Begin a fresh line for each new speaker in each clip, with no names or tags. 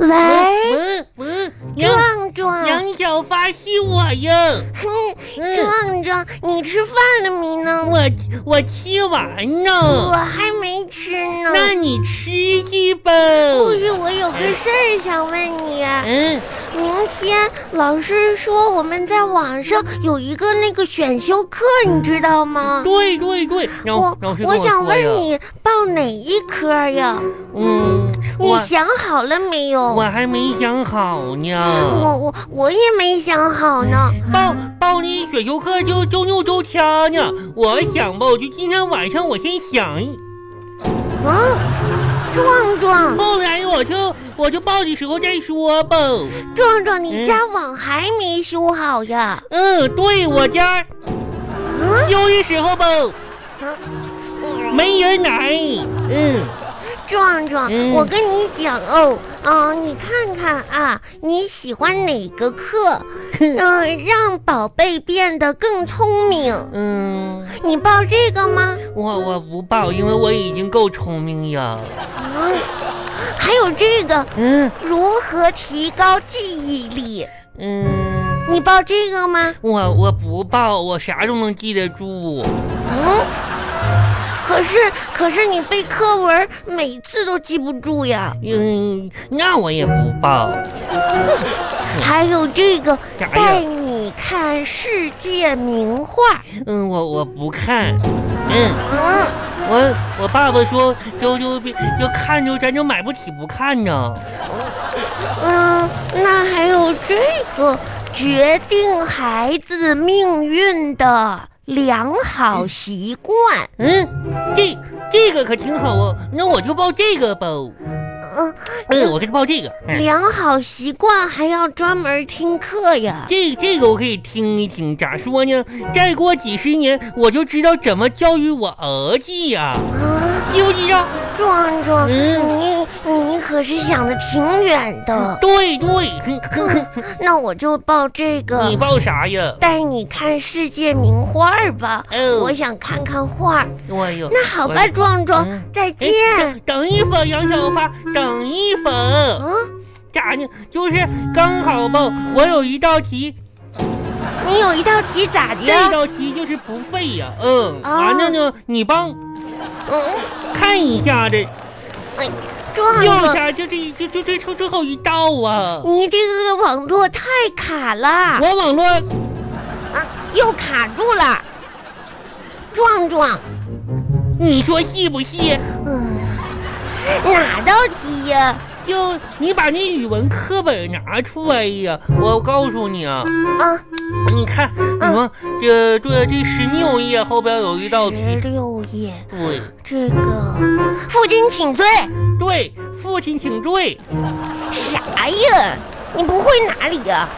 哎玩意儿？
壮壮，你吃饭了没呢？
嗯我我吃完
我
呢，
还没吃呢。
那你吃去吧。
不是，我有个事儿想问你。啊
嗯，
明天老师说我们在网上有一个那个选修课，你知道吗？
对对对，老
我
嗯老师跟
我想
说呀
问，你报哪一科呀？
嗯，
你
我
想好了没
我
有？
还没想好呢。
我我我也没想好呢。
报报你选修课就周六周天呢，我想吧，我就今天晚上我先想一，
嗯，壮壮，
后来我就我就报的时候再说吧。
壮壮，
嗯
你家网还没修好呀？
嗯，对我家
嗯
休的时候吧，
嗯，
没人来。嗯，
壮壮
嗯，
我跟你讲哦，嗯、你看看啊，你喜欢哪个课？嗯、让宝贝变得更聪明。
嗯，
你报这个吗？
我我不报，因为我已经够聪明呀。
嗯，还有这个
嗯
如何提高记忆力？
嗯，
你报这个吗？
我我不报，我啥都能记得住。
嗯，可是可是你背课文每次都记不住呀。
嗯，那我也不报。
还有这个
哎啥呀
带你看世界名画。
嗯，我我不看。嗯，
嗯，
我我爸爸说就就就看就咱就买不起不看呢。
嗯，那还有这个决定孩子命运的良好习惯。
嗯，这这个可挺好哦，那我就报这个吧。
嗯，
嗯，我给你报这个。嗯，
良好习惯还要专门听课呀。
这这个我可以听一听，咋说呢？再过几十年，我就知道怎么教育我儿子呀、
啊，
记不记着？
壮壮，
嗯
你你可是想的挺远的。
对对，哼哼哼
那我就报这
你
个，
报啥呀？
带你看世界名画儿吧。
哦
我想看看画儿。
哎呦，
那好吧，
我
壮壮
嗯，
再
哎
见。
等等一会儿，杨小发，等一会儿，
啊，
咋呢？就是刚好吧，我有一道题，
你有一道题咋的？
这道题就是不废呀、嗯，
哦
完了呢，你帮
嗯，
看一下子，
壮
掉
壮，
下就这就就这就最后一道啊，
你这个网络太卡了，
我网络
嗯，又卡住了。壮壮，
你说细不细？
嗯，哪道题呀？
就你把那语文课本拿出来呀！我告诉你啊，
啊，
你看什么这这这十六页后边有一道
十
题，
六页，
对
这个父亲请罪，
对，父亲请罪。
啥呀？你不会哪里呀、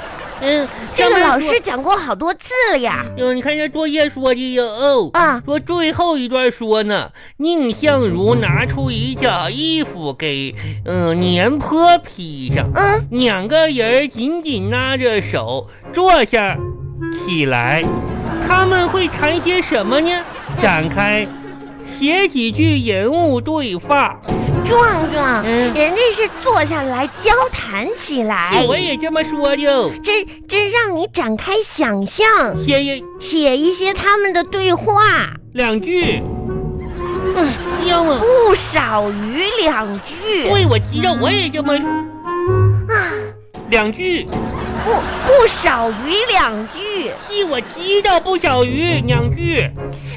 嗯，
这个
上面
老
说
师讲过好多次了呀。
嗯，你看这作业说的哟，哦，
啊，
说最后一段说呢，宁相如拿出一件衣服给嗯廉颇披上，
嗯，
两个人紧紧拉着手坐下起来，他们会谈些什么呢？展开，写几句人物对话。
壮壮，
嗯
人家是坐下来交谈起来，
哎我也这么说的，
这这让你展开想象，
写
写一些他们的对话，
两句，
嗯，
要吗？
不少于两句，
对，我知道，我也这么说。
啊，
两句，
不不少于两句，
替我知道不少于两句，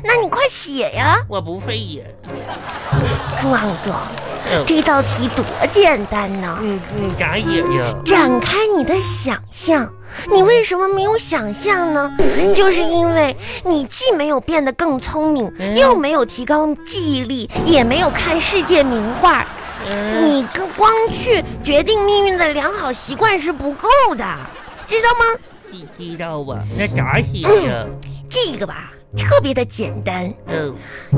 那你快写呀，
我不费也。
壮壮，
嗯
这道题多简单呢。
嗯嗯，咋写呀？
展开你的想象，你为什么没有想象呢？就是因为你既没有变得更聪明，
嗯
又没有提高记忆力，也没有看世界名画，
嗯，
你跟光去决定命运的良好习惯是不够的，知道吗？
知知道啊，那咋写呀？
这个吧，特别的简单，
嗯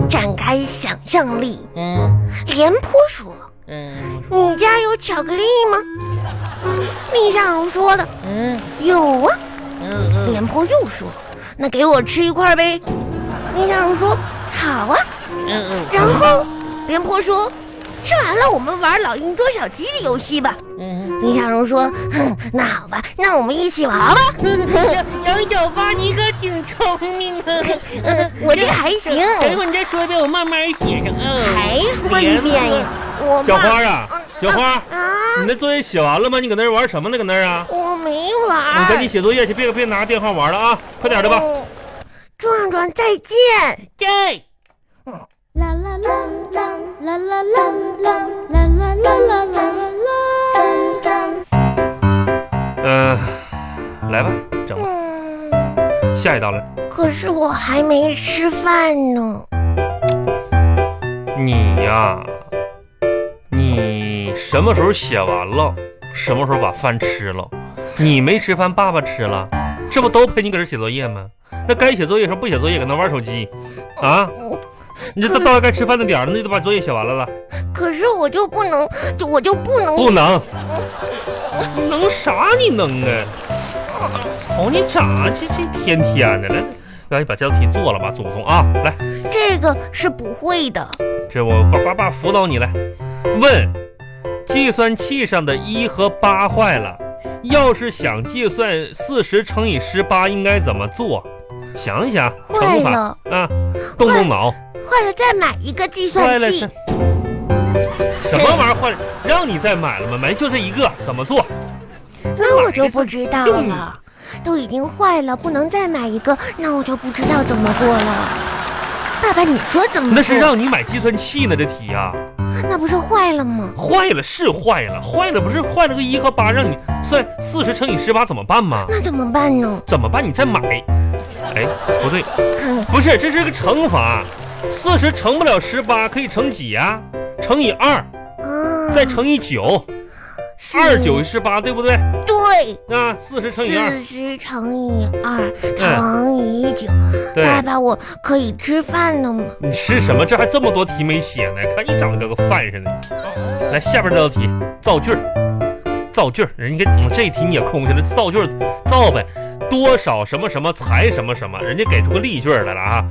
展开想象力。
嗯
廉颇说
嗯：“
你家有巧克力吗？”蔺相如说的
嗯：“
有啊。”
嗯
廉颇又说：“那给我吃一块呗。”蔺相如说：“好啊。”
嗯嗯
然后廉颇说：“吃完了，我们玩老鹰捉小鸡的游戏吧。
嗯，
李小荣说：“哼，那好吧，那我们一起玩吧。
嗯 杨小发，你可挺聪明 啊！
嗯，我这还行。
等一会儿你再说一遍，我慢慢写上。嗯，
还说一遍呀？我
小花
爸
啊，小花，
啊，
你那作业写完了吗？你搁那儿玩什么呢？搁那儿啊？
我没玩。
你赶紧写作业去，别别拿电话玩了啊！快点的吧。
哦。壮壮再见。
对。
啦啦啦啦啦啦啦啦啦啦啦啦啦啦啦。
嗯，来吧，整吧，
嗯，
下一道了。
可是我还没吃饭呢。
你呀、你什么时候写完了？什么时候把饭吃了？你没吃饭，爸爸吃了，这不都陪你搁这写作业吗？那该写作业的时候不写作业，搁那玩手机，啊？你这到到该吃饭的点儿了，那就把作业写完了了。
可是我就不能，就我就不能。
不能，哦能啥你能啊？瞅你咋这这天天的了？赶紧把这道题做了吧，祖宗啊！来，
这个是不会的。
这我爸爸爸辅导你来。问，计算器上的一和八坏了，要是想计算四十乘以十八，应该怎么做？想一想，乘
坏
法
了
啊，动动脑。
坏了，再买一个计
坏
算
了
器
是。什么玩意儿坏了？让你再买了吗？没，就这一个，怎么做？
那我就不知道
就你
了。都已经坏了，不能再买一个，那我就不知道怎么做了。爸爸，你说怎么做？
那是让你买计算器呢，这题啊。
那不是坏了吗？
坏了是坏了，坏了不是坏了个一和八，让你算四十乘以十八怎么办嘛？
那怎么办呢？
怎么办？你再买？哎，不对，
嗯
不是，这是个乘法，四十乘不了十八，可以乘几呀、乘以二，
啊，
再乘以九，
是
二九十八，对不对？
对，
啊，四十乘以二，嗯
四十乘以二乘以九。爸
对。
爸，我可以吃饭了吗？
你吃什么？这还这么多题没写呢，看你长得跟个饭似的。来，下边这道题，造句儿，造句儿，人家嗯这一题你也空下来，造句儿造呗，多少什么什么才什么什么，人家给出个例句儿来了啊。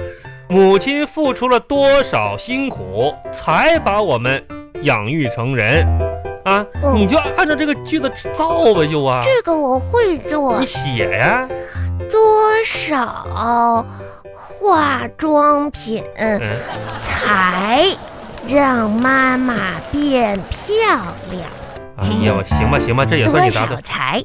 母亲付出了多少辛苦，才把我们养育成人啊？
嗯
你就按照这个句子造呗，就啊，
这个我会做
你，写呀、
多少化妆品
嗯，
才让妈妈变漂亮？
哎呀，我行吧行吧，这也算
多
你答对
少。才？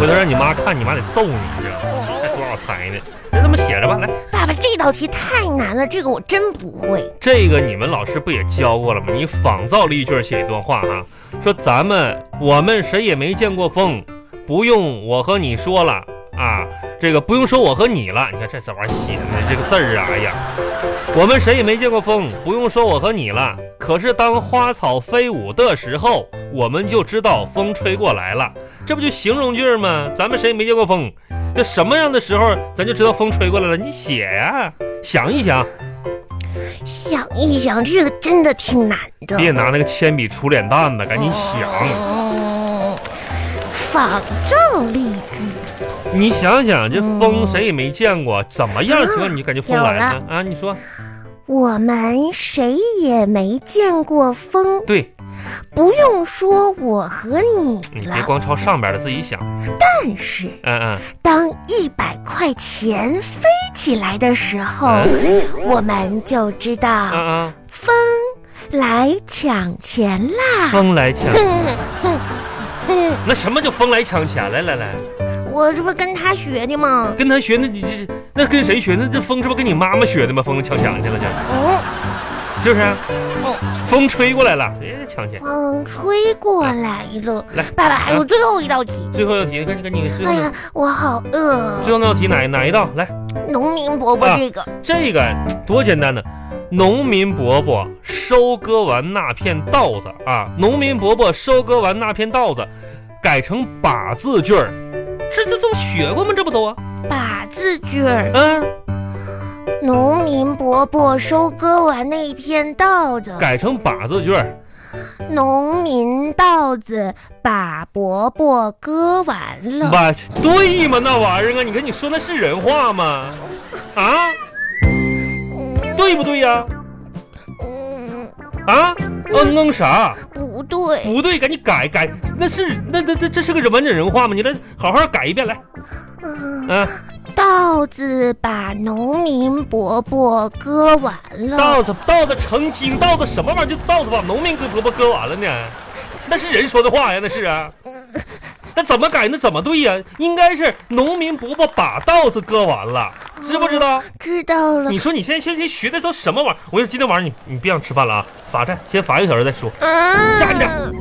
回头让你妈看，你妈得揍你，你知道吗？还多少才呢？就这么写着吧，来，
爸爸，这道题太难了，这个我真不会。
这个你们老师不也教过了吗？你仿造例句儿写一段话啊，说咱们我们谁也没见过风，不用我和你说了啊，这个不用说我和你了，你看这这玩意儿写的这个字儿啊，哎呀，我们谁也没见过风，不用说我和你了。可是当花草飞舞的时候，我们就知道风吹过来了，这不就形容句儿吗？咱们谁也没见过风，这什么样的时候咱就知道风吹过来了？你写呀、想一想。
想一想，这个真的挺难的。
别拿那个铅笔杵脸蛋子，赶紧想。哦
嗯仿造例句，
你想想，这风谁也没见过，怎么样
啊
说你就感觉风来了啊？你说
我们谁也没见过风，
对，
不用说我和你
你嗯别
了。
光朝上边的自己想。
但是，
嗯嗯，
当一百块钱飞起来的时候，
嗯
我们就知
啊
道
啊，
风来抢钱啦。
风来抢。那什么叫风来抢钱？来来来，
我这不是跟他学的吗？
跟他学，那你这那跟谁学？那这风是不是跟你妈妈学的吗？风抢钱去了，这
嗯，
是不是？风吹过来了，别抢钱。
风吹过来了。
来
爸爸，还有
啊
最后一道题。
最后一道题，赶紧赶紧，最
哎
后
呀，我好饿。哦
最后那道题哪哪一道？来。
农民伯伯
啊
这个，
这个多简单呢！农民伯伯收割完那片稻子啊，农民伯伯收割完那片稻子，改成把字句儿，这这这不学过吗？这不都啊？
把字句儿，
嗯，
农民伯伯收割完那片稻子，
改成把字句儿，
农民稻子把伯伯割完了。
把对吗？那玩意儿啊，你看你说那是人话吗？啊，
嗯
对不对呀、
嗯
啊？嗯嗯啥？
不对，
不对，赶紧改改，那是那那这这是个文整人话吗？你来好好改一遍来，
嗯，
嗯、
稻子把农民伯伯割完了，
稻子稻子成精，稻子什么玩意儿？就稻子把农民给萝卜割完了呢？那是人说的话呀，那是啊。那怎么改？那怎么对呀？应该是农民伯伯把稻子割完了，知不知道？
知道了
你。说你现在现在学的都什么玩意儿？我跟你说，今天晚上你你别想吃饭了啊，罚站，先罚一个小时再说。
啊
站着